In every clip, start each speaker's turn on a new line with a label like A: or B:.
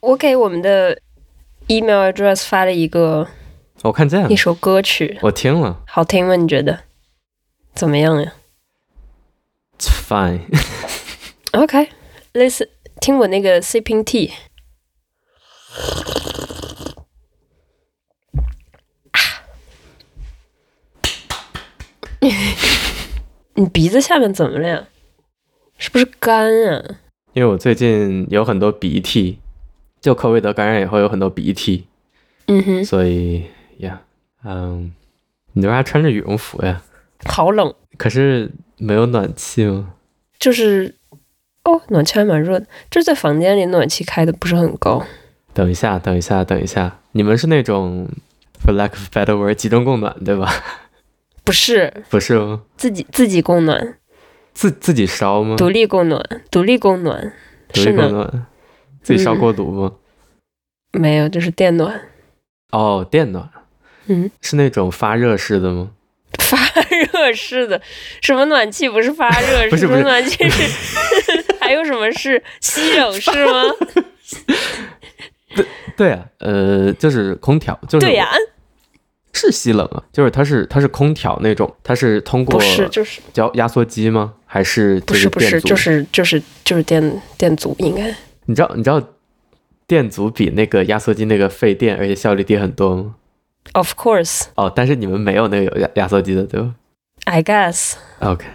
A: 我给我们的 email address 发了一个
B: 我看见了
A: 一，首歌曲，
B: 我听了
A: 好听吗？你觉得怎么样呀
B: ，It's fine，
A: ？OK，listen，、听我那个 sipping tea。啊啊你鼻子下面怎么了呀？是不是干啊？
B: 因为我最近有很多鼻涕，就科威德感染以后有很多鼻涕，
A: 嗯哼，
B: 所以呀，嗯，你为啥穿着羽绒服呀？
A: 好冷，
B: 可是没有暖气吗？
A: 就是哦，暖气还蛮热的，就是在房间里暖气开的不是很高。
B: 等一下，等一下，等一下，你们是那种 for lack of better word 集中供暖对吧？
A: 不是
B: 不是吗？
A: 自己自己供暖，
B: 自自己烧吗？
A: 独立供暖，独立供暖
B: 嗯独
A: 是
B: 立供
A: 呢，
B: 暖，自己烧
A: 嗯
B: 锅炉吗？
A: 没有，就是电暖，
B: 哦，电暖
A: 嗯，
B: 是那种发热式的吗？
A: 发热式的，什么暖气不是发热，
B: 不
A: 什
B: 是不
A: 么
B: 是
A: 暖气是， 还有什么是吸冷式 吗？
B: 对啊，呃，就是空调，就是
A: 对呀、
B: 是吸冷啊，就是它是它是空调那种，它是通过
A: 不是，就是
B: 叫压缩机吗？还是
A: 不
B: 就是是
A: 不是，
B: 电阻？
A: 就是就是就是电电阻应该
B: 你知道你知道电阻比那个压缩机那个费电，而且效率低很多吗？
A: ，of course，I
B: 哦，但是你们没有那个有压压缩机的对吧
A: guess，
B: ？OK。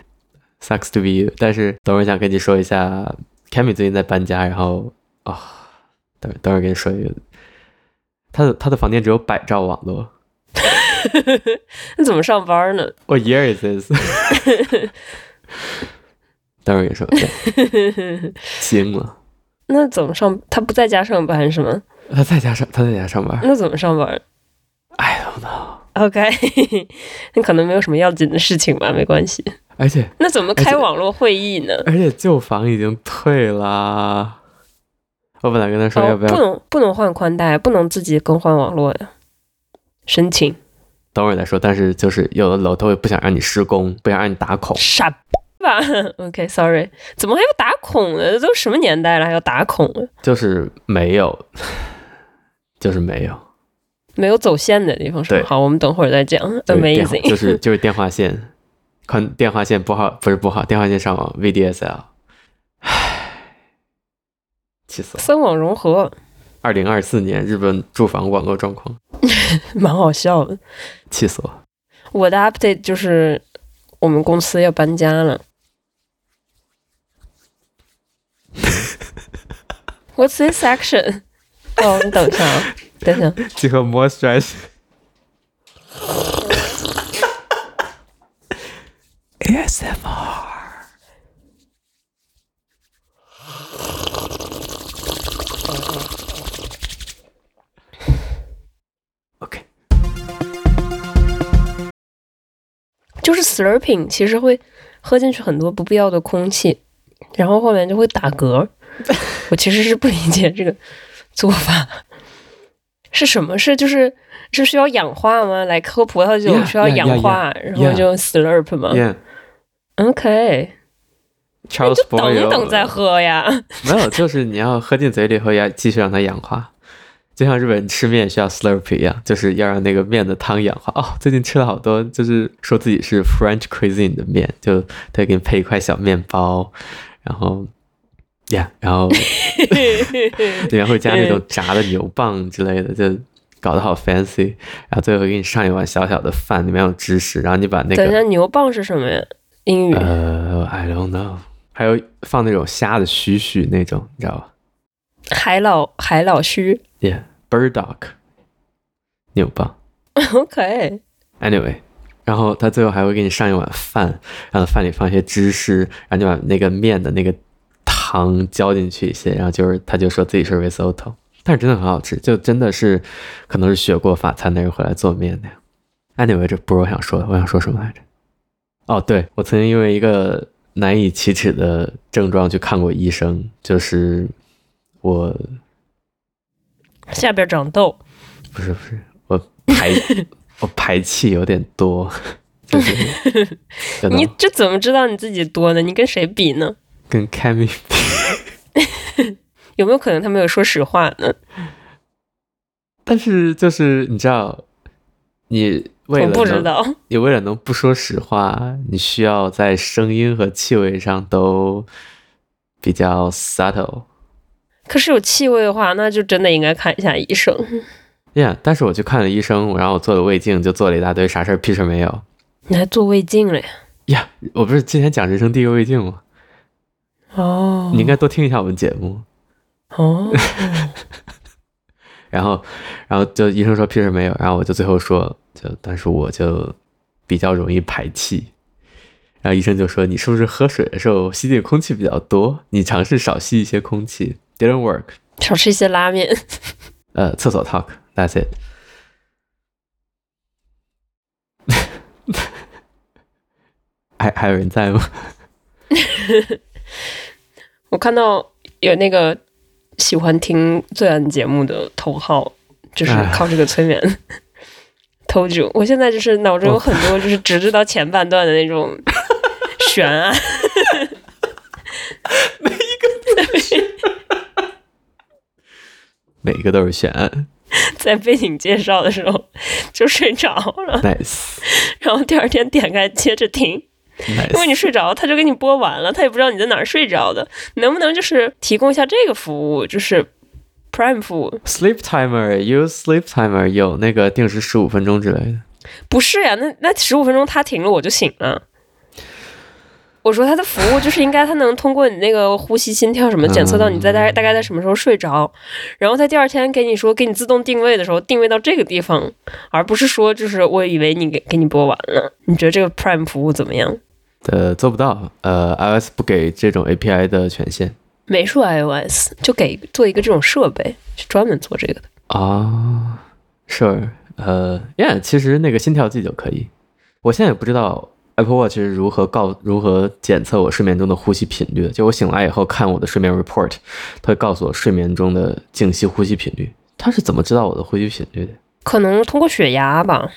B: Sucks to be you，但是等会儿想跟你说一下，Cammy 最近在搬家，然后啊、等等会儿跟你说一个，他的他的房间只有百兆网络
A: 那怎么上班呢？
B: ，What year is this？等会儿跟你 说，惊了。
A: 那怎么上？他不在家上班是吗？
B: 他在家上，他在家上班。
A: 那怎么上班
B: I don't know。
A: ？OK，那可能没有什么要紧的事情吧，没关系。
B: 而且
A: 那怎么开网络会议呢？
B: 而且旧房已经退啦。我本来跟他说
A: 哦，
B: 要不要，
A: 不能不能换宽带，不能自己更换网络呀。申请
B: 等会儿再说。但是就是有的楼他会不想让你施工，不想让你打孔。
A: 傻吧 ？OK，sorry，、怎么还要打孔呢？都什么年代了，还要打孔呢？
B: 就是没有，就是没有。
A: 没有走线的地方是
B: 对
A: 吧？好，我们等会儿再讲。
B: 就是电话
A: Amazing，
B: 就是就是电话线，宽电话线不好，不是不好，电话线上网 VDSL。唉，气死了！
A: 三网融合
B: 二零二四年日本住房网络状况，
A: 蛮好笑的。
B: 气死我！
A: 我的 update 就是我们公司要搬家 了。What's this action？哦，你等一下啊，等一下，
B: 集合 moisturize。ASMR。OK，
A: 就是 slurping，其实会喝进去很多不必要的空气，然后后面就会打嗝。我其实是不理解这个做法是什么，是就是是需要氧化吗？来喝葡萄酒
B: Yeah,
A: 需要
B: yeah,
A: 氧
B: yeah,
A: 化然后就 slurp 吗
B: y e a h
A: OK，
B: c h a r l e s
A: 等一等再喝呀。
B: 没有，就是你要喝进嘴里后要继续让它氧化，就像日本人吃面需要 slurp 一样，就是要让那个面的汤氧化。哦，最近吃了好多，就是说自己是 French cuisine 的面，就他给你配一块小面包，然后呀然后 里面会加那种炸的牛蒡之类的，就搞得好 fancy。然后最后给你上一碗小小的饭，里面有芝士，然后你把那
A: 等一
B: 个
A: 下，牛蒡是什么呀？英语、
B: 呃，I don't know，还有放那种虾的须须那种，你知道吧？
A: 海老海老须。
B: Yeah, burdock，牛蒡。
A: OK，
B: Anyway，然后他最后还会给你上一碗饭，然后饭里放一些芝士，然后你把那个面的那个汤浇进去一些，然后就是他就说自己是 risotto，但是真的很好吃，就真的是可能是学过法餐的人回来做面的呀。Anyway，这不是我想说的，我想说什么来着？哦，对，我曾经因为一个难以启齿的症状去看过医生，就是我
A: 下边长痘。
B: 不是不是，我 排我排气有点多，就是可能
A: 你这怎么知道你自己多呢？你跟谁比呢？
B: 跟 Cammy
A: 有没有可能他没有说实话呢？
B: 但是就是你知道，你为
A: 我
B: 了
A: 不知
B: 能
A: 道，
B: 你为了能不说实话，你需要在声音和气味上都比较 subtle。
A: 可是有气味的话，那就真的应该看一下医生。
B: 呀、但是我去看了医生，我然后我做了胃镜，就做了一大堆，啥事儿屁事儿没有。
A: 你还做胃镜嘞？
B: 呀、我不是之前讲人生第一个胃镜吗？
A: 哦，
B: 你应该多听一下我们节目。
A: 哦，
B: 然后，然后就医生说屁事儿没有，然后我就最后说，就但是我就比较容易排气。然后医生就说：“你是不是喝水的时候吸进空气比较多？你尝试少吸一些空气。” Didn't work。
A: 少吃一些拉面。
B: 呃，厕所 talk。That's it。还还有人在吗？
A: 我看到有那个喜欢听罪案节目的同号，就是
B: 唉
A: 靠这个催眠。 偷酒，我现在就是脑中有很多就是只知道前半段的那种悬案，
B: 每一个都是悬案。
A: 在背景介绍的时候就睡着了，
B: Nice，Nice
A: 然后第二天点开接着听，因为你睡着，他就给你播完了，他也不知道你在哪儿睡着的。能不能就是提供一下这个服务，就是 Prime 服务？
B: Sleep timer use sleep timer 有那个定时十五分钟之类的。
A: 不是呀，那那十五分钟他停了，我就醒了。我说他的服务就是应该，他能通过你那个呼吸、心跳什么检测到你在大大概在什么时候睡着，然后他第二天给你说给你自动定位的时候定位到这个地方，而不是说就是我以为你给给你播完了。你觉得这个 Prime 服务怎么样？
B: 呃，做不到。呃，iOS 不给这种 API 的权限
A: 美术 iOS 就给做一个这种设备，就专门做这个的。
B: 啊。Sure，呃，Yeah，其实那个心跳计就可以。我现在也不知道 Apple Watch 是如何告如何检测我睡眠中的呼吸频率的。就我醒来以后看我的睡眠 report，它会告诉我睡眠中的静息呼吸频率。它是怎么知道我的呼吸频率的？
A: 可能通过血压吧。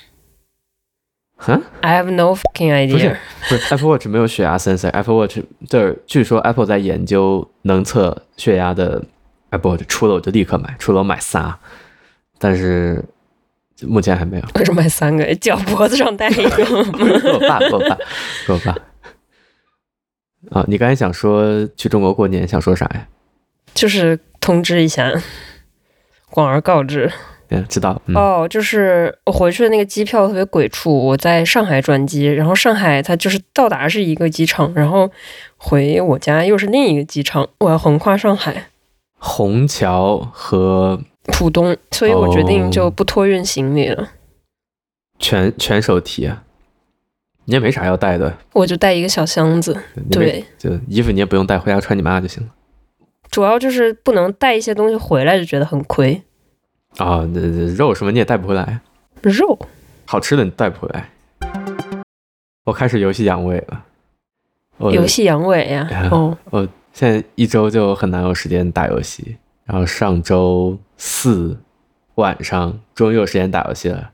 B: 哈？
A: I have no fucking
B: 不是
A: idea。
B: 不是 Apple Watch 没有血压 sensor，Apple Watch 这据说 Apple 在研究能测血压的 Apple Watch，出了我就立刻买，出了我买仨，但是目前还 没有。
A: 为什么买三个？脚脖子上戴一个。
B: 给我爸，给我爸，给我爸。啊，你刚才想说去中国过年，想说啥呀？
A: 就是通知一下，广而告之。
B: 嗯，知道，嗯，
A: 哦，就是我回去的那个机票特别鬼畜，我在上海转机，然后上海它就是到达是一个机场，然后回我家又是另一个机场，我要横跨上海
B: 虹桥和
A: 浦东，所以我决定
B: 哦
A: 就不托运行李了，
B: 全全手提啊，你也没啥要带的，
A: 我就带一个小箱子。
B: 你没，
A: 对，
B: 就衣服你也不用带，回家穿你妈就行了。
A: 主要就是不能带一些东西回来，就觉得很亏。
B: 啊、那那肉什么你也带不回来。啊
A: 肉
B: 好吃的你带不回来。我开始游戏阳痿了，我
A: 游戏阳痿呀
B: 哎呀，
A: 哦，
B: 现在一周就很难有时间打游戏，然后上周四晚上终于有时间打游戏了，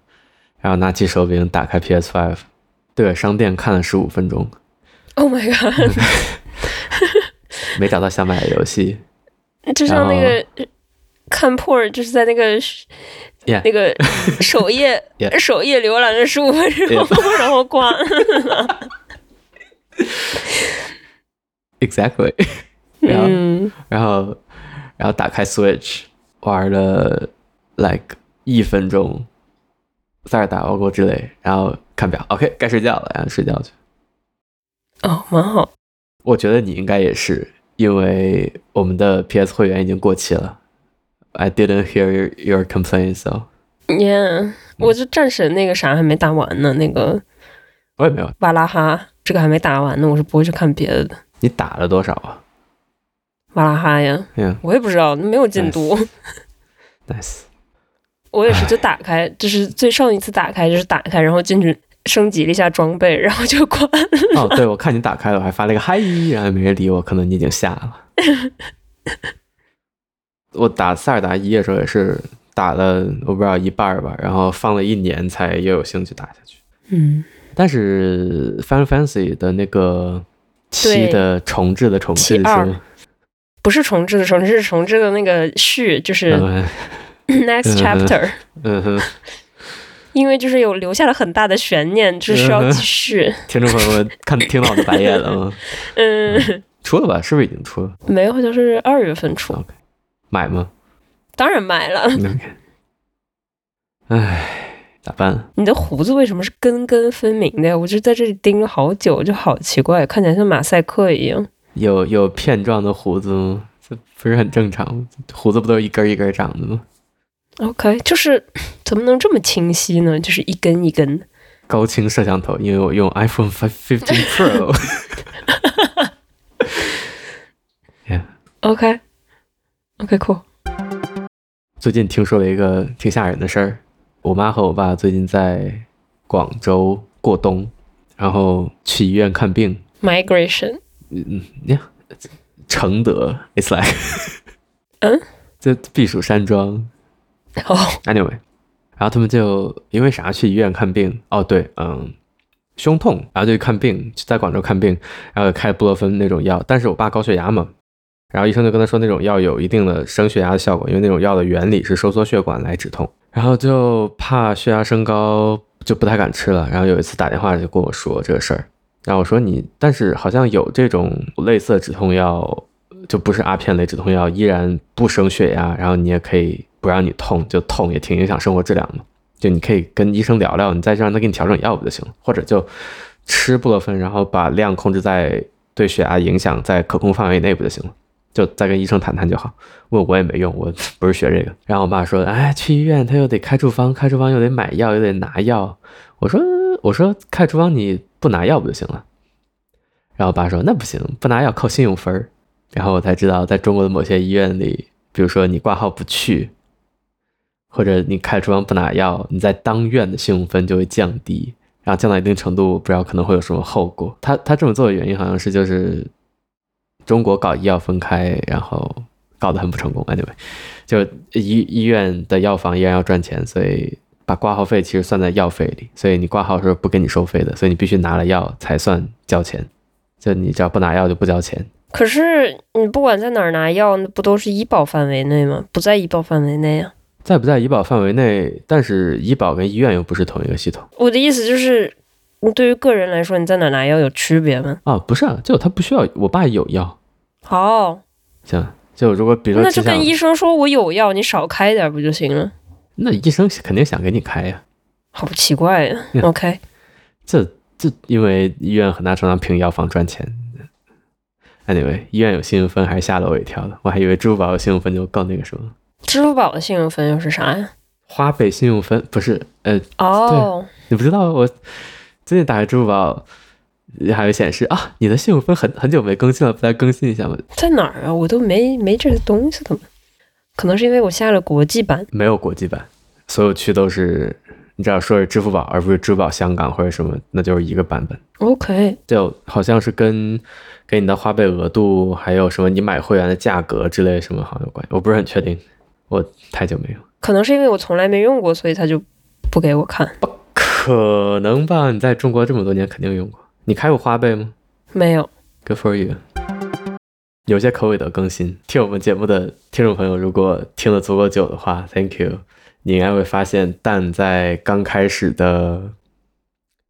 B: 然后拿起手柄打开 PS Five，对商店看了十五分钟，
A: Oh my god！
B: 没找到想买的游戏。
A: 就像那个看破，就是在那个
B: Yeah
A: 那 个首页
B: Yeah
A: 首页浏览了十五分钟 然后关。
B: Exactly，Yeah
A: 嗯，
B: 然后然后打开 Switch 玩了 like 一分钟，塞尔达王国之泪，然后看表，OK 该睡觉了，然后睡觉去。
A: 哦，蛮好。
B: 我觉得你应该也是，因为我们的 PS 会员已经过期了。I didn't hear your complaint, so 嗯
A: 耶，我就战神那个啥还没打完呢，那个
B: 我也没有。
A: 瓦拉哈这个还没打完呢，我是不会去看别的的。
B: 你打了多少啊
A: 瓦拉哈呀，
B: ？Yeah,
A: 我也不知道，没有进度。
B: nice.
A: 我也是就打开，就是最上一次打开就是打开，然后进去升级了一下装备，然后就关了。
B: 哦，对，我看你打开了，我还发了一个嗨，然后没人理我，可能你已经下了。 我打塞尔达一的时候也是打了，我不知道一半儿吧，然后放了一年才又有兴趣打下去。
A: 嗯，
B: 但是 Final Fantasy 的那个七
A: 对
B: 的重置的重
A: 七
B: 置是
A: 二
B: 吗
A: 不是重置的重置，是重置的那个序，就是
B: 嗯
A: next
B: 嗯
A: chapter，、
B: 嗯哼，
A: 因为就是有留下了很大的悬念，就是需要
B: 嗯
A: 继续。
B: 听众朋友们看听到我的白眼了吗？
A: 嗯，
B: 出了吧？是不是已经出了？
A: 没有，就是二月份
B: 哦
A: 出，
B: 买吗？
A: 当然买了。
B: 嗯唉，咋办？
A: 你的胡子为什么是根根分明的呀？我就在这里盯了好久，就好奇怪，看起来像马赛克一样。
B: 有有片状的胡子吗？这不是很正常吗？胡子不都是一根儿一根儿长的吗？
A: OK，就是 怎么能这么清晰呢？就是一根一根的。
B: 高清摄像头，因为我用 iPhone 5 15 Pro。
A: OK，OK，cool、cool
B: 最近听说了一个挺吓人的事儿，我妈和我爸最近在广州过冬，然后去医院看病。
A: migration
B: 嗯，呀，承德，it's like，
A: 嗯，
B: 这避暑山庄，
A: 哦、
B: Anyway，然后他们就因为啥去医院看病？哦，对，嗯，胸痛，然后就去看病，就在广州看病，然后开布洛芬那种药。但是我爸高血压嘛，然后医生就跟他说那种药有一定的升血压的效果，因为那种药的原理是收缩血管来止痛。然后就怕血压升高，就不太敢吃了。然后有一次打电话就跟我说这个事儿，然后我说你，但是好像有这种类似的止痛药，就不是阿片类止痛药，依然不升血压，然后你也可以不让你痛，就痛也挺影响生活质量的。就你可以跟医生聊聊，你再让他给你调整药不就行了？或者就吃布洛芬，然后把量控制在对血压影响在可控范围内不就行了？就再跟医生谈谈就好。问我也没用，我不是学这个。然后我爸说，哎，去医院他又得开处方，开处方又得买药，又得拿药。我说我说开处方你不拿药不就行了？然后我爸说那不行，不拿药扣信用分儿。然后我才知道，在中国的某些医院里，比如说你挂号不去，或者你开处方不拿药，你在当院的信用分就会降低，然后降到一定程度，我不知道可能会有什么后果。他他这么做的原因好像是就是中国搞医药分开，然后搞得很不成功，anyway，就医医院的药房依然要赚钱，所以。把挂号费其实算在药费里，所以你挂号是不给你收费的，所以你必须拿了药才算交钱。就你只要不拿药就不交钱，
A: 可是你不管在哪儿拿药，那不都是医保范围内吗？不在医保范围内啊。
B: 在不在医保范围内，但是医保跟医院又不是同一个系统
A: 我的意思就是，你对于个人来说，你在哪儿拿药有区别吗？
B: 啊，不是啊，就他不需要，我爸有药，
A: 哦，
B: 行，就如果比如说
A: 那就
B: 只想
A: 跟医生说我有药，你少开点儿不就行了？
B: 那医生肯定想给你开呀、
A: 好奇怪呀、
B: 嗯
A: OK，
B: 这这因为医院很大程度上凭药房赚钱。Anyway，医院有信用分还是吓了我一跳的，我还以为支付宝有信用分就更那个什么。
A: 支付宝的信用分又是啥呀？
B: 花呗信用分不是，呃，
A: 哦，
B: 你不知道我最近打开支付宝，还有显示啊，你的信用分很很久没更新了，不再更新一下吗？
A: 在哪儿啊？我都没没这个东西，怎么？可能是因为我下了国际版。
B: 没有国际版，所有区都是你只要说是支付宝，而不是支付宝香港或者什么，那就是一个版本。
A: OK，
B: 就好像是跟给你的花呗额度，还有什么你买会员的价格之类什么好像有关系，我不是很确定，我太久没有，
A: 可能是因为我从来没用过，所以他就不给我看。
B: 可能吧？你在中国这么多年肯定用过，你开过花呗吗
A: 没有，
B: ？Good for you。有些口语的更新，听我们节目的听众朋友，如果听了足够久的话，Thank you。你应该会发现，蛋在刚开始的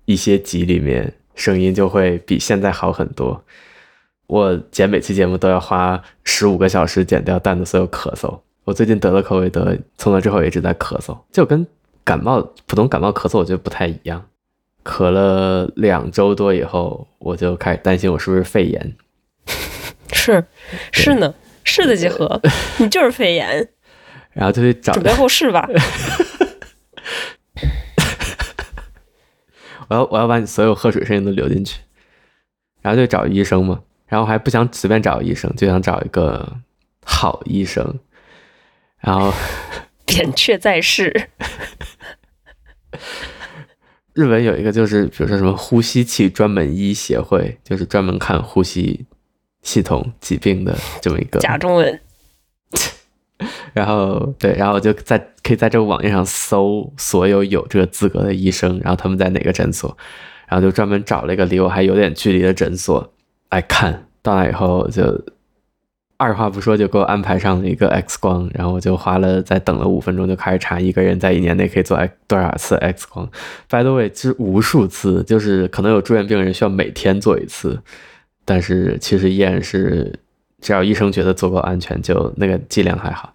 B: 一些集里面，声音就会比现在好很多。我剪每期节目都要花十五个小时剪掉蛋的所有咳嗽。我最近得了口味得，从那之后一直在咳嗽，就跟感冒普通感冒咳嗽我觉得不太一样。咳了两周多以后，我就开始担心我是不是肺炎。
A: 是是呢，是的，结合，你就是肺炎，
B: 然后就去找
A: 准备后事吧。
B: 我要我要把你所有喝水声音都留进去，然后就找医生嘛，然后还不想随便找医生，就想找一个好医生，然后
A: 扁鹊在世，
B: 日本有一个就是比如说什么呼吸器专门医协会，就是专门看呼吸系统疾病的这么一个，
A: 假中文。
B: 然后对，然后我就在可以在这个网页上搜所有有这个资格的医生，然后他们在哪个诊所，然后就专门找了一个离我还有点距离的诊所来看。到那以后就二话不说就给我安排上了一个 X 光，然后我就花了再等了五分钟，就开始查一个人在一年内可以做 X 多少次 X 光。By the way，是无数次，就是可能有住院病人需要每天做一次，但是其实依然是只要医生觉得足够安全，就那个剂量还好。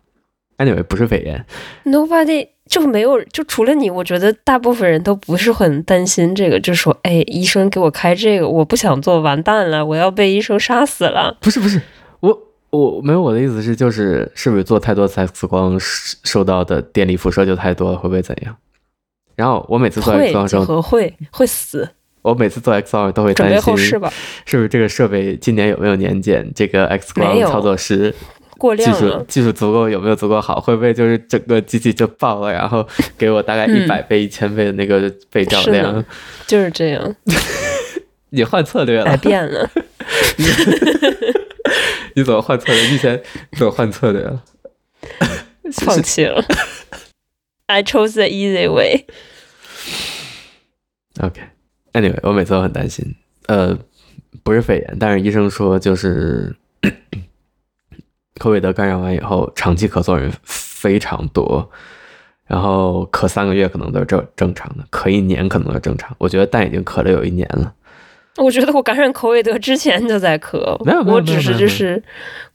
B: Anyway，不是肺炎，
A: Nobody 就没有，就除了你，我觉得大部分人都不是很担心这个，就说，哎，医生给我开这个，我不想做，完蛋了，我要被医生杀死了。
B: 不是不是，我我没有我的意思是，就是是不是做太多次 X 光受受到的电离辐射就太多了，会不会怎样？然后我每次做 X
A: 会
B: 光的时
A: 几
B: 候，
A: 何会会死，
B: 我每次做 X 光都会
A: 准
B: 担
A: 备后
B: 心
A: 事吧，
B: 是不是这个设备今年有没有年检？这个 X 光
A: 没有
B: 操作师
A: 过
B: 技
A: 量
B: 术
A: 了。
B: 技术足够有没有足够好？会不会就是整个机器就爆了，然后给我大概一
A: 嗯
B: 百倍、一千倍的那个倍照
A: 是的
B: 量？
A: 就是这 样，
B: 你换策略
A: 改
B: 了？
A: 变了。
B: 你怎么换策略？你以前怎么换策略了？
A: 放弃了。I chose the easy way。
B: OK，Anyway，、我每次都很担心，呃，不是肺炎，但是医生说就是 科韦德感染完以后，长期咳嗽人非常多，然后咳三个月可能都是正正常的，咳一年可能都是正常。我觉得蛋已经咳了有一年了，
A: 我觉得我感染口味德之前就在咳，
B: 没有没有
A: 我
B: 没有
A: 只
B: 没
A: 是
B: 有
A: 就
B: 没有
A: 是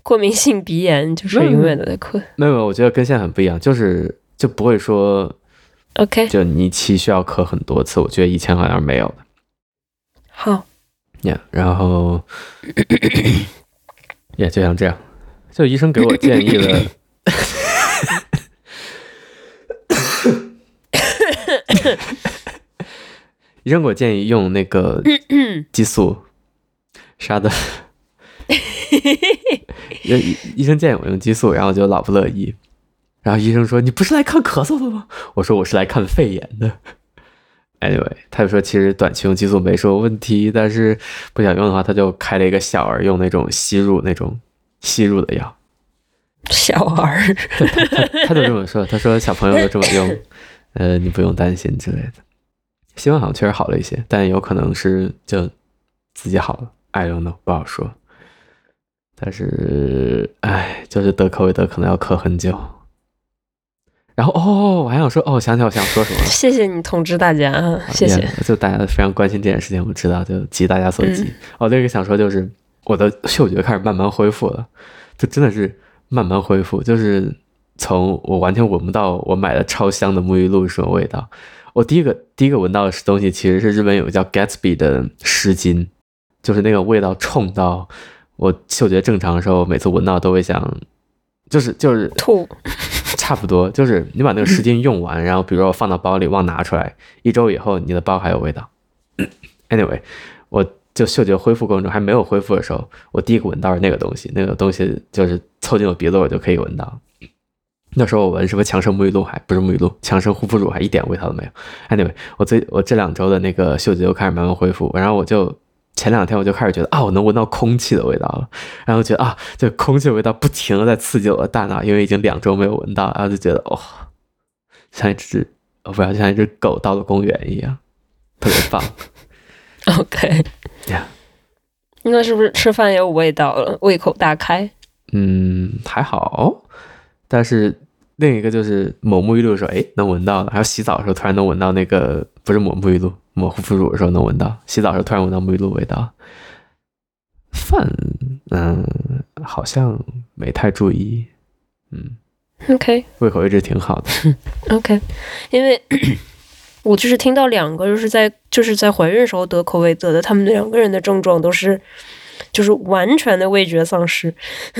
A: 过敏性鼻炎，就是
B: 没有没有
A: 永远都在咳。
B: 没有，没有我觉得跟现在很不一样，就是就不会说
A: OK，
B: 就你期需要咳很多次，我觉得以前好像没有的。
A: 好，
B: Yeah，然后也就像这样，就医生给我建议了。 医生给我建议用那个激素啥的，医医生建议我用激素，然后我就老不乐意。然后医生说：“你不是来看咳嗽的吗？”我说：“我是来看肺炎的。” Anyway，他就说其实短期用激素没什么问题，但是不想用的话，他就开了一个小儿用那种吸入那种吸入的药。
A: 小孩儿，
B: 他就这么说，他说小朋友都这么用，呃，你不用担心之类的。希望好像确实好了一些，但有可能是就自己好了，I don't know，不好说。但是，哎，就是得科威德可能要咳很久。然后哦，我还想说哦，想起来我想说什么了。
A: 谢谢你通知大家啊，谢谢。
B: Yeah，就大家非常关心这件事情，我知道，就急大家所急
A: 嗯。
B: 哦，另一个想说就是，我的嗅觉开始慢慢恢复了，就真的是慢慢恢复，就是从我完全闻不到我买的超香的沐浴露是什么味道。我第一个第一个闻到的是东西，其实是日本有个叫 Gatsby 的湿巾，就是那个味道冲到我嗅觉正常的时候，每次闻到都会想，就是就是
A: 吐，
B: 差不多，就是你把那个湿巾用完，然后比如说我放到包里忘拿出来，一周以后你的包还有味道。anyway，我就嗅觉恢复过程中还没有恢复的时候，我第一个闻到是那个东西，那个东西就是凑近我鼻子我就可以闻到。那时候我闻什么强生沐浴露还不是沐浴露，强生护肤乳还一点味道都没有。Anyway，我最我这两周的那个嗅觉又开始慢慢恢复，然后我就前两天我就开始觉得啊，我能闻到空气的味道了，然后觉得啊，这空气的味道不停的在刺激我的大脑，因为已经两周没有闻到，然后就觉得哦，像一只哦不要像一只狗到了公园一样，特别棒。
A: OK，
B: Yeah
A: 那是不是吃饭也有味道了？胃口大开，
B: 嗯，还好，但是另一个就是抹沐浴露的时候，哎，能闻到了；还有洗澡的时候，突然能闻到那个不是抹沐浴露，抹护肤乳的时候能闻到，洗澡的时候突然闻到沐浴露味道。饭，嗯，好像没太注意，嗯，
A: OK
B: 胃口一直挺好的。
A: OK，因为 我就是听到两个就是在就是在怀孕时候得口味得的，他们两个人的症状都是就是完全的味觉丧失，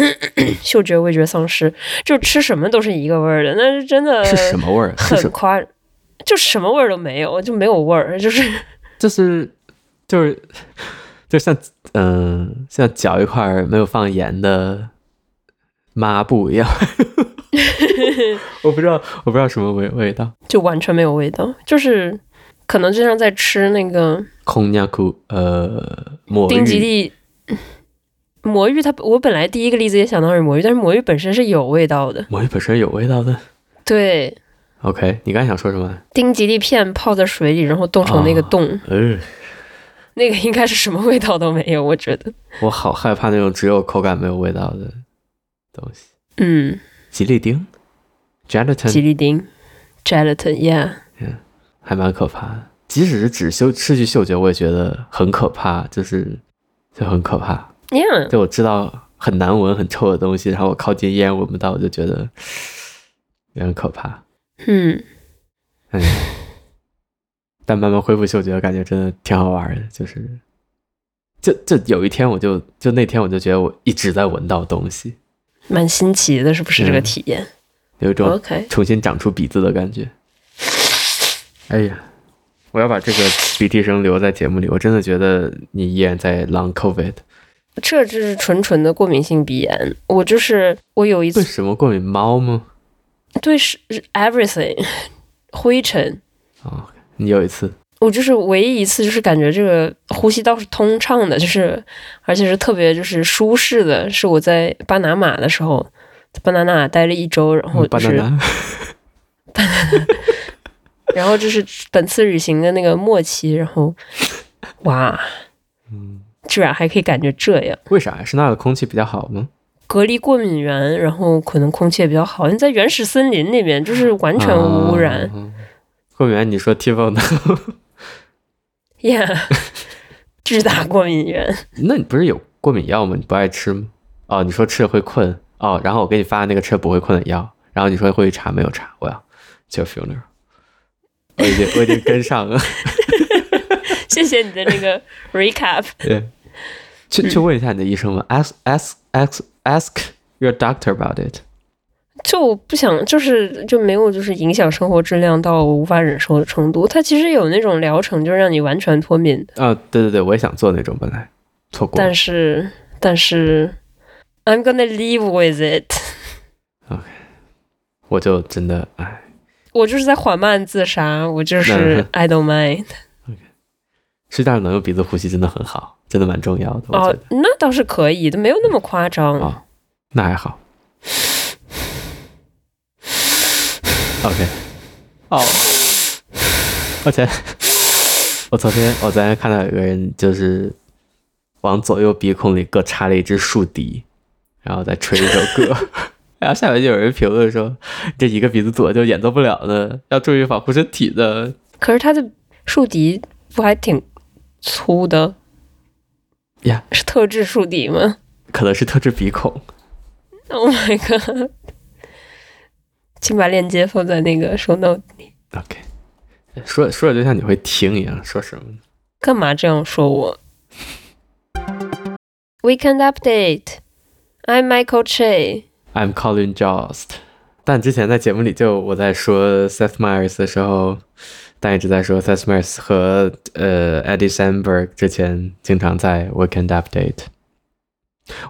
A: 嗅觉味觉丧失，就吃什么都是一个味儿的，那是真的
B: 是什么味儿？是
A: 呃很
B: 什
A: 夸，就什么味儿都没有，就没有味儿，就是
B: 就是就是就像嗯、像嚼一块儿没有放盐的抹布一样。 我不知道，我不知道什么味味道。
A: 就完全没有味道，就是可能就像在吃那个
B: 空尿裤，呃，魔
A: 丁吉
B: 芋，
A: 利魔芋它，我本来第一个例子也想到是魔芋，但是魔芋本身是有味道的，
B: 魔芋本身有味道的。
A: 对。
B: OK，你刚才想说什么？
A: 丁吉利片泡在水里，然后冻成那个洞，
B: 呃，
A: 那个应该是什么味道都没有，我觉得。
B: 我好害怕那种只有口感没有味道的东西。
A: 嗯，
B: 吉利丁
A: 吉
B: ，gelatin
A: 利丁，gelatin，yeah，
B: 还蛮可怕的。即使是只嗅失去嗅觉，我也觉得很可怕，就是就很可怕。
A: yeah，
B: 就我知道很难闻、很臭的东西，然后我靠近烟闻不到，我就觉得有点可怕。
A: 嗯，
B: 哎，但慢慢恢复嗅觉，感觉真的挺好玩的。就是，就就有一天，我就就那天我就觉得我一直在闻到东西，
A: 蛮新奇的，是不是
B: 嗯
A: 这个体验
B: 有一种
A: ？OK，
B: 重新长出鼻子的感觉。哎呀，我要把这个鼻涕声留在节目里。我真的觉得你依然在 long covid。
A: 这就是纯纯的过敏性鼻炎。我就是我有一
B: 为
A: 次
B: 什么过敏猫吗？
A: 对是是 everything 灰尘，
B: 啊、你有一次
A: 我就是唯一一次就是感觉这个呼吸道是通畅的，就是而且是特别就是舒适的，是我在巴拿马的时候，在巴拿马待了一周，然后
B: 嗯巴
A: 就
B: 拿
A: 是、
B: 拿，
A: 然后这是本次旅行的那个末期，然后哇，
B: 嗯，
A: 居然还可以感觉这样。
B: 为啥？是那儿的空气比较好吗？
A: 隔离过敏源，然后可能空气也比较好。你在原始森林里面，就是完全无污染
B: 啊。嗯过敏源，你说 Tivo 呢？
A: ，Yeah，巨大过敏源。
B: 那你不是有过敏药吗？你不爱吃吗？哦，你说吃了会困哦，然后我给你发那个吃了不会困的药，然后你说会查没有查，我要去 funeral，我已经我已经跟上了，
A: 谢谢你的那个 recap。
B: 对，去去问一下你的医生吧，ask ask ask ask your doctor about it。
A: 就我不想，就是就没有，就是影响生活质量到我无法忍受的程度。它其实有那种疗程，就是让你完全脱敏的，
B: 啊、对对对，我也想做那种，本来错过了
A: 但是但是，I'm gonna live with it。
B: 我就真的哎，
A: 我就是在缓慢自杀，我就
B: 嗯
A: 是 I don't mind。
B: 实际上能用鼻子呼吸真的很好，真的蛮重要的，我觉
A: 哦
B: 得、，
A: 那倒是可以的，没有那么夸张。
B: 啊那还好。OK，哦，而且 我昨天我昨天看到有个人就是往左右鼻孔里各插了一支竖笛，然后再吹一首歌， 然后下面就有人评论说这一个鼻子左就演奏不了呢，要注意保护身体的。
A: 可是它的竖笛不还挺粗的？
B: 呀
A: 是特制竖笛吗
B: 可能是特制鼻孔，
A: ？Oh my god！请把链接放在那个 show note。
B: OK，说说着就像你会听一样，说什么呢？
A: 干嘛这样说我？Weekend update。I'm Michael Che。
B: I'm Colin Jost。但之前在节目里就我在说 Seth Meyers 的时候，但一直在说 Seth Meyers 和呃 Eddie Sandberg 之前经常在 Weekend Update。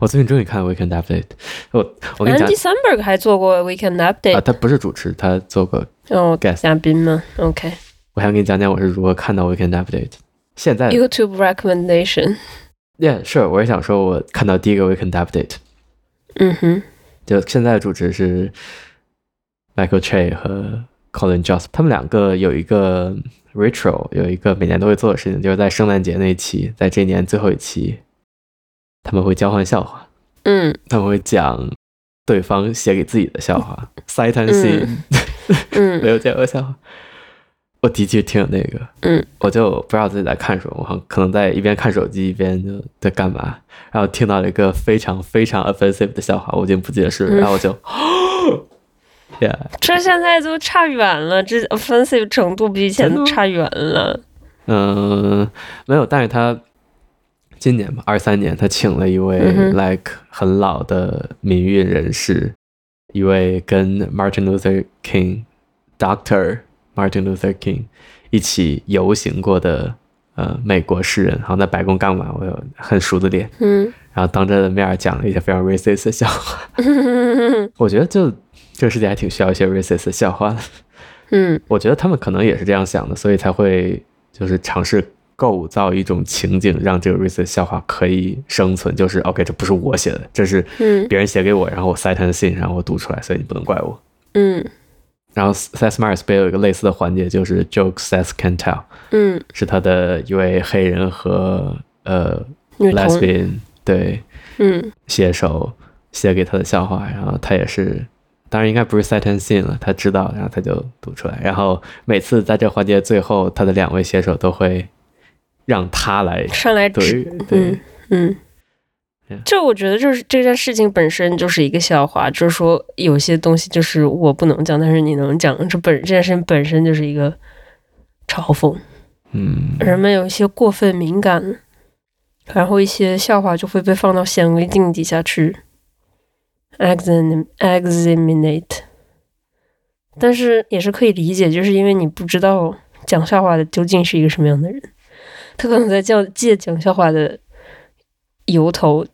B: 我最近终于看了 Weekend Update，我我跟你讲
A: Andy Samberg 还做过 Weekend
B: 啊，
A: update
B: 他不是主持，他做过
A: 哦，
B: guest。
A: 嘉宾吗？OK。
B: 我想给你讲讲我是如何看到 Weekend Update。现在
A: YouTube recommendation。
B: ，Yeah，是，我也想说，我看到第一个 Weekend Update，
A: 嗯哼，
B: 就现在的主持是 Michael Che 和 Colin Jost，他们两个有一个 ritual，有一个每年都会做的事情，就是在圣诞节那一期，在这一年最后一期，他们会交换笑话，
A: 嗯
B: 他们会讲对方写给自己的笑话 sight and see，、
A: 嗯嗯
B: 没有见过笑话。我第一句听那个，
A: 嗯，
B: 我就不知道自己在看什么，我好像可能在一边看手机一边就在干嘛，然后听到了一个非常非常 offensive 的笑话，我已经不记得是，
A: 嗯
B: 然后我就，yeah，
A: 这现在都差远了，这 offensive 程度比以前
B: 真的吗
A: 差远了。
B: 嗯、没有，但是他今年吧，二三年，他请了一位
A: 嗯哼
B: like 很老的民运人士，一位跟 Martin Luther King Doctor Martin Luther King 一起游行过的呃美国诗人，好像在白宫干完，我有很熟的脸，
A: 嗯，
B: 然后当着他的面儿讲了一些非常 racist 的笑话，
A: 嗯
B: 我觉得就这个世界还挺需要一些 racist 的笑话的。
A: 嗯
B: 我觉得他们可能也是这样想的，所以才会就是尝试构造一种情景，让这个 racist 笑话可以生存。就是 OK，这不是我写的，这是
A: 嗯
B: 别人写给我，然后我 cite and sin，然后我读出来，所以你不能怪我。
A: 嗯
B: 然后 Seth Meyers 也有一个类似的环节，就是 jokes Seth can tell，
A: 嗯，
B: 是他的一位黑人和呃
A: 女童，
B: lesbian 对
A: 嗯
B: 写手写给他的笑话，然后他也是，当然应该不是 set and scene 了，他知道，然后他就读出来，然后每次在这环节最后，他的两位写手都会让他来
A: 上来
B: 读
A: 指，，
B: 对，
A: 嗯嗯
B: Yeah.，
A: 这我觉得就是这件事情本身就是一个笑话，就是说有些东西就是我不能讲，但是你能讲，这本这件事情本身就是一个嘲讽。
B: 嗯，
A: 人们有一些过分敏感，然后一些笑话就会被放到显微镜底下去 exam examinate。但是也是可以理解，就是因为你不知道讲笑话的究竟是一个什么样的人，他可能在叫借讲笑话的由头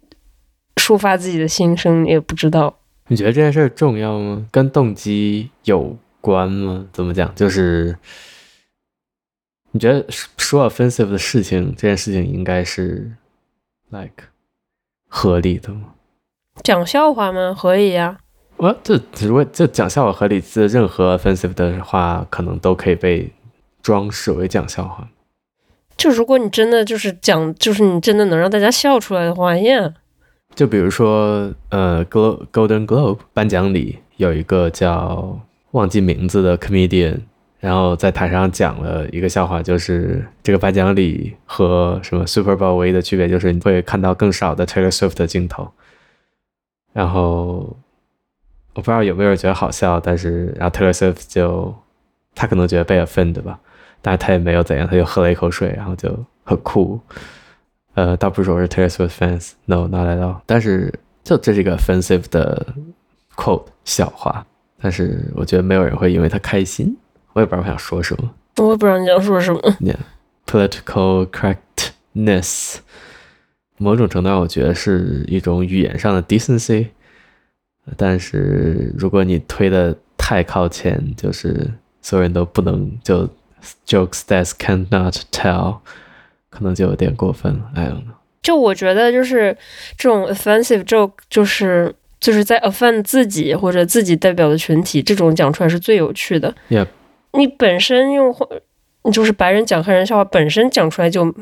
A: 抒发自己的心声，也不知道。
B: 你觉得这件事儿重要吗？跟动机有关吗？怎么讲？就是你觉得说说 offensive 的事情，这件事情应该是 like 合理的吗？
A: 讲笑话吗？可以啊呀、
B: 我这如果就讲笑话合理，这任何 offensive 的话，可能都可以被装饰为讲笑话。
A: 就如果你真的就是讲，就是你真的能让大家笑出来的话，yeah。
B: 就比如说，呃，Glo-，Golden Globe 颁奖礼有一个叫忘记名字的 comedian，然后在台上讲了一个笑话，就是这个颁奖礼和什么 Super Bowl 唯一的区别就是你会看到更少的 Taylor Swift 的镜头。然后我不知道有没有人觉得好笑，但是然后 Taylor Swift 就他可能觉得被 offend 吧，但是他也没有怎样，他就喝了一口水，然后就很酷。呃，倒不是说我是 Taylor Swift fans，no not at all。但是就这是一个 offensive 的 quote 笑话，但是我觉得没有人会因为他开心。我也不知道我想说什么。
A: 我也不知道你想说什么。
B: Political correctness，某种程度上我觉得是一种语言上的 decency，但是如果你推的太靠前，就是所有人都不能就 jokes that cannot tell，可能就有点过分了。I don't know。
A: 就我觉得就是这种 offensive joke，就是就是在 offend 自己或者自己代表的群体，这种讲出来是最有趣的。
B: Yep
A: 你本身用就是白人讲黑人笑话，本身讲出来就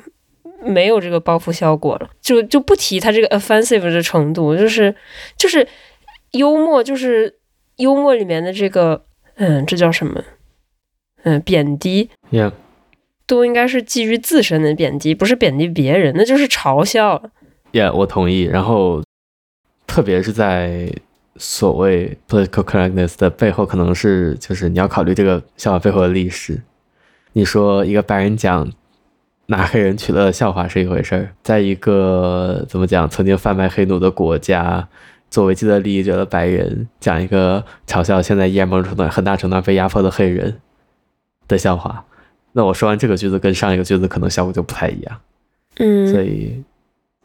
A: 没有这个包袱效果了，就就不提他这个 offensive 的程度，就是就是幽默，就是幽默里面的这个嗯，这叫什么？嗯，贬低，
B: Yeah，
A: 都应该是基于自身的贬低，不是贬低别人，那就是嘲笑了。
B: Yeah，我同意。然后，特别是在所谓 political correctness 的背后，可能是就是你要考虑这个笑话背后的历史。你说一个白人讲拿黑人取乐的笑话是一回事儿，在一个怎么讲曾经贩卖黑奴的国家，作为既得利益者的白人讲一个嘲笑现在依然某种程度很大程度上被压迫的黑人的笑话，那我说完这个句子跟上一个句子可能效果就不太一样。所
A: 嗯，
B: 以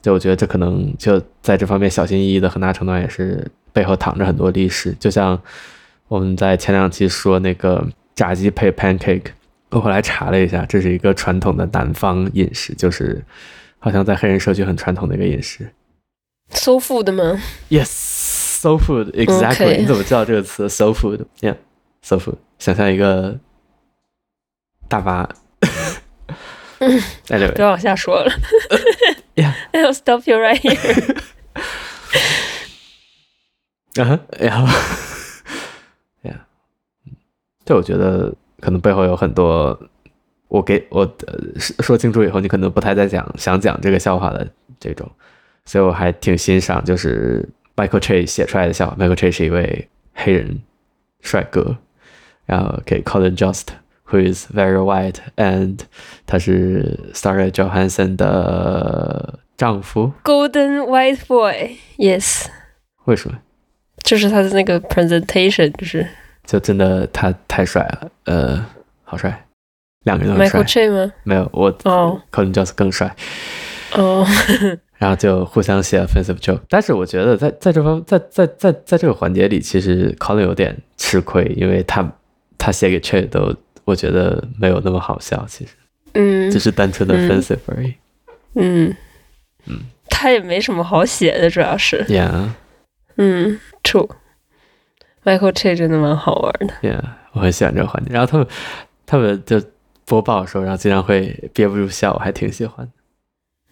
B: 就我觉得这可能就在这方面小心翼翼的很大程度上也是背后躺着很多历史，就像我们在前两期说那个炸鸡配 pancake，我后来查了一下，这是一个传统的南方饮食，就是好像在黑人社区很传统的一个饮食。
A: 搜付的吗？
B: Yes, soul food, exactly.
A: OK
B: 你怎么知道这个词？Soul food, yeah, soul food. 想象一个大巴。哎，对
A: 不，要往下说了。
B: Yeah.
A: I'll stop you right here.
B: 啊 哈，然后，呀，嗯这我觉得可能背后有很多，我给我、呃、说说清楚以后，你可能不太再讲想讲这个笑话的这种，所以我还挺欣赏就是 Michael Che 写出来的笑话。Michael Che 是一位黑人帅哥，然后给 Colin Jost。Who is very white and 他是 Scarlett Johansson 的丈夫？
A: Golden white boy. Yes，
B: 为什么？
A: 就是他的那个 presentation，就是
B: 就真的他太帅了，呃，好帅，两个人都很帅
A: Michael。Che 吗？
B: 没有，我
A: 哦
B: Colin Jost 更帅，嗯
A: 哦，
B: 然后就互相写 offensive joke。但是我觉得在在这方在在在在这个环节里，其实 Colin 有点吃亏，因为他他写给 Che 都我觉得没有那么好笑，其实
A: 嗯
B: 只是单纯的
A: 嗯
B: offensive 而已。
A: 嗯
B: 嗯
A: 他也没什么好写的，主要是
B: Yeah,
A: 嗯，true。Michael Che 真的蛮好玩的，
B: yeah，我很喜欢这个环节。然后他们他们就播报的时候，然后经常会憋不住笑，我还挺喜欢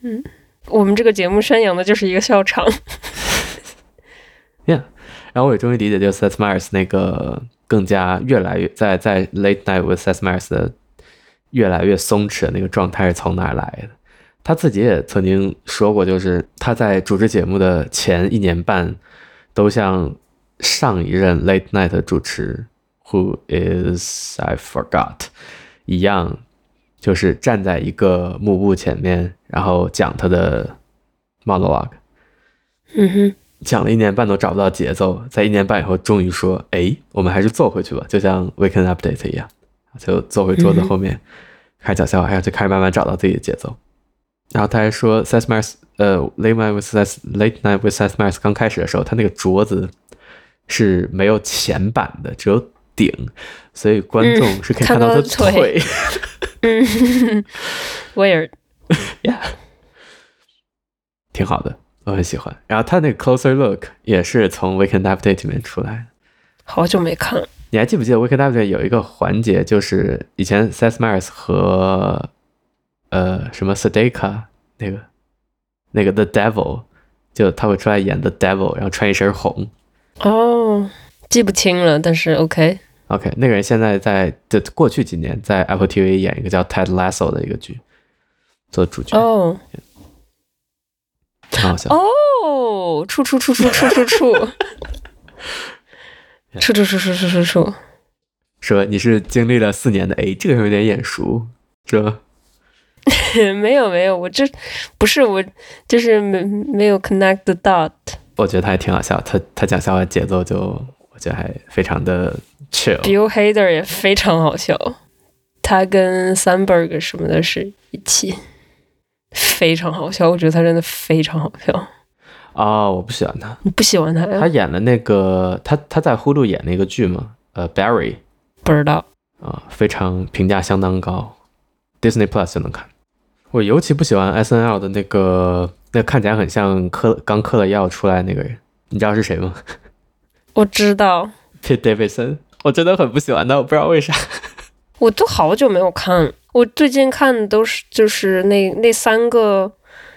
B: 的。
A: 我们这个节目宣扬的就是一个笑场。
B: 然后我也终于理解，就是 Seth Meyers 那个更加越来越在在 Late Night with Seth Meyers 的越来越松弛的那个状态是从哪儿来的。他自己也曾经说过，就是他在主持节目的前一年半，都像上一任 Late Night 的主持 Who is I forgot 一样，就是站在一个幕布前面，然后讲他的 monologue。
A: 嗯哼，
B: 讲了一年半都找不到节奏，在一年半以后终于说：“哎，我们还是坐回去吧，就像 Weekend Update 一样，就坐回桌子后面、开始讲笑话，然后就开始慢慢找到自己的节奏。”然后他还说，Seth Meyers，呃，Late Night with Seth Late Night with Seth Meyers 刚开始的时候，他那个桌子是没有前板的，只有顶，所以观众是可以
A: 看
B: 看到
A: 到
B: 嗯他的
A: 腿
B: 腿。
A: 威尔，
B: 挺好的，我很喜欢。然后他那个 Closer Look 也是从 Weekend Update 里面出来的。
A: 好久没看了。
B: 你还记不记得 Wicked Update 有一个环节，就是以前 Seth Meyers 和呃什么 Sadeka 那个那个 The Devil，就他会出来演 The Devil，然后穿一身红。
A: 哦，记不清了，但是 OK，
B: OK，那个人现在在这过去几年在 Apple TV 演一个叫 Ted Lasso 的一个剧，做主角，
A: 哦
B: 挺好笑。
A: 哦，处处处处处处处，处处处处处处处，
B: 说你是经历了四年的，哎，这个有点眼熟，这
A: 没有没有，我这不是我，就是没没有 connect the dot，
B: 我觉得他还挺好笑，他他讲笑话节奏就我觉得还非常的 chill。
A: Bill Hader 也非常好笑，他跟 Sandberg 什么的是一起，非常好笑。我觉得他真的非常好笑。
B: 哦，我不喜欢他。
A: 你不喜欢他
B: 他
A: 呀？
B: 演了那个他他在呼噜演那个剧嘛，呃，Barry
A: 不知道。
B: 啊、非常评价相当高，Disney Plus 就能看。我尤其不喜欢 S N L 的那个，那看起来很像嗑刚嗑了药出来那个人，你知道是谁吗
A: 我知道，
B: ？Pete Davidson，我真的很不喜欢他，我不知道为啥。
A: 我都好久没有看了。我最近看的都是就是那那三个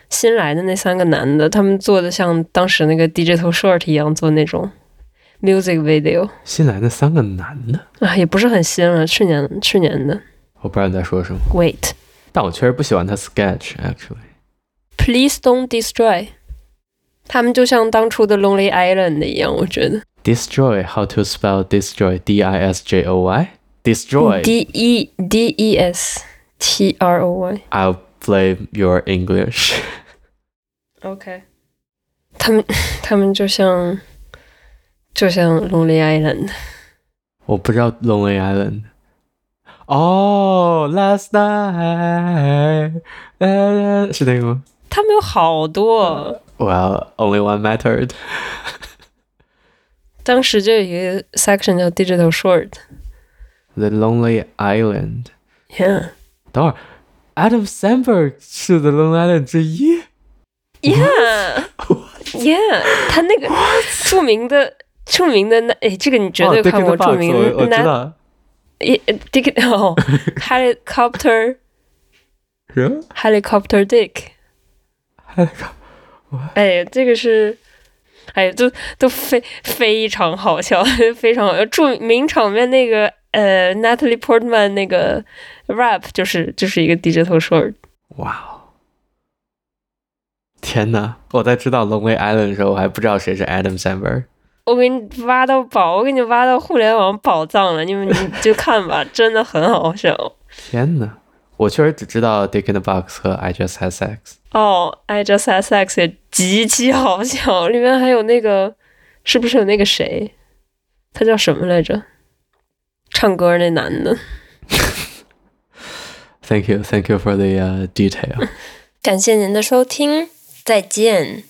A: 新来的那三个男的，他们做的像当时那个 Digital Short 一样做那种 music video
B: 新来的三个男的，
A: 啊，也不是很新了，去年去年的。
B: 我不知道你在说什么，
A: Wait,
B: 但我确实不喜欢他 sketch actually。
A: please don't destroy。他们就像当初的 Lonely Island 一样，我觉得。
B: Destroy how to spell destroy D I S J O Y destroy
A: D E D E S T R O Y。
B: I'll blame your English。
A: OK。他们 他们就像就像 Lonely Island。
B: 我不知道 Lonely Island。哦、l a s t night，呃，是那个吗
A: 他们有好多，
B: ？Well, only one mattered。
A: 当时就有一个 section 叫 Digital Short。
B: The Lonely Island。
A: Yeah,
B: 等会儿，Adam Sandberg 是 The Lonely Island 之一。
A: yeah, yeah。他那个著名的著名的那哎，这个你绝对
B: 哦，Dick in
A: 看
B: the
A: 过
B: Box，
A: 著名
B: 我我
A: 的
B: 知
A: 那
B: 道。
A: 一 Dick 哦，Helicopter。
B: 什么
A: Helicopter Dick。哎，这个是，哎，都都非非常好笑， 非常好笑。著名场面那个呃，Natalie Portman 那个 rap 就是就是一个 digital short。
B: 哇哦！天哪！我在知道 Lonely Island 的时候，我还不知道谁是 Adam Sandberg。
A: 我给你挖到宝，我给你挖到互联网宝藏了，你们你就看吧， 真的很好笑。
B: 天哪！我确实只知道 Dick in the Box 和 I Just Had Sex。
A: 哦、i Just Had Sex 也极其好笑，里面还有那个是不是有那个谁，他叫什么来着？唱歌那男的。
B: Thank you, thank you for the uh, detail.
A: 感谢您的收听，再见。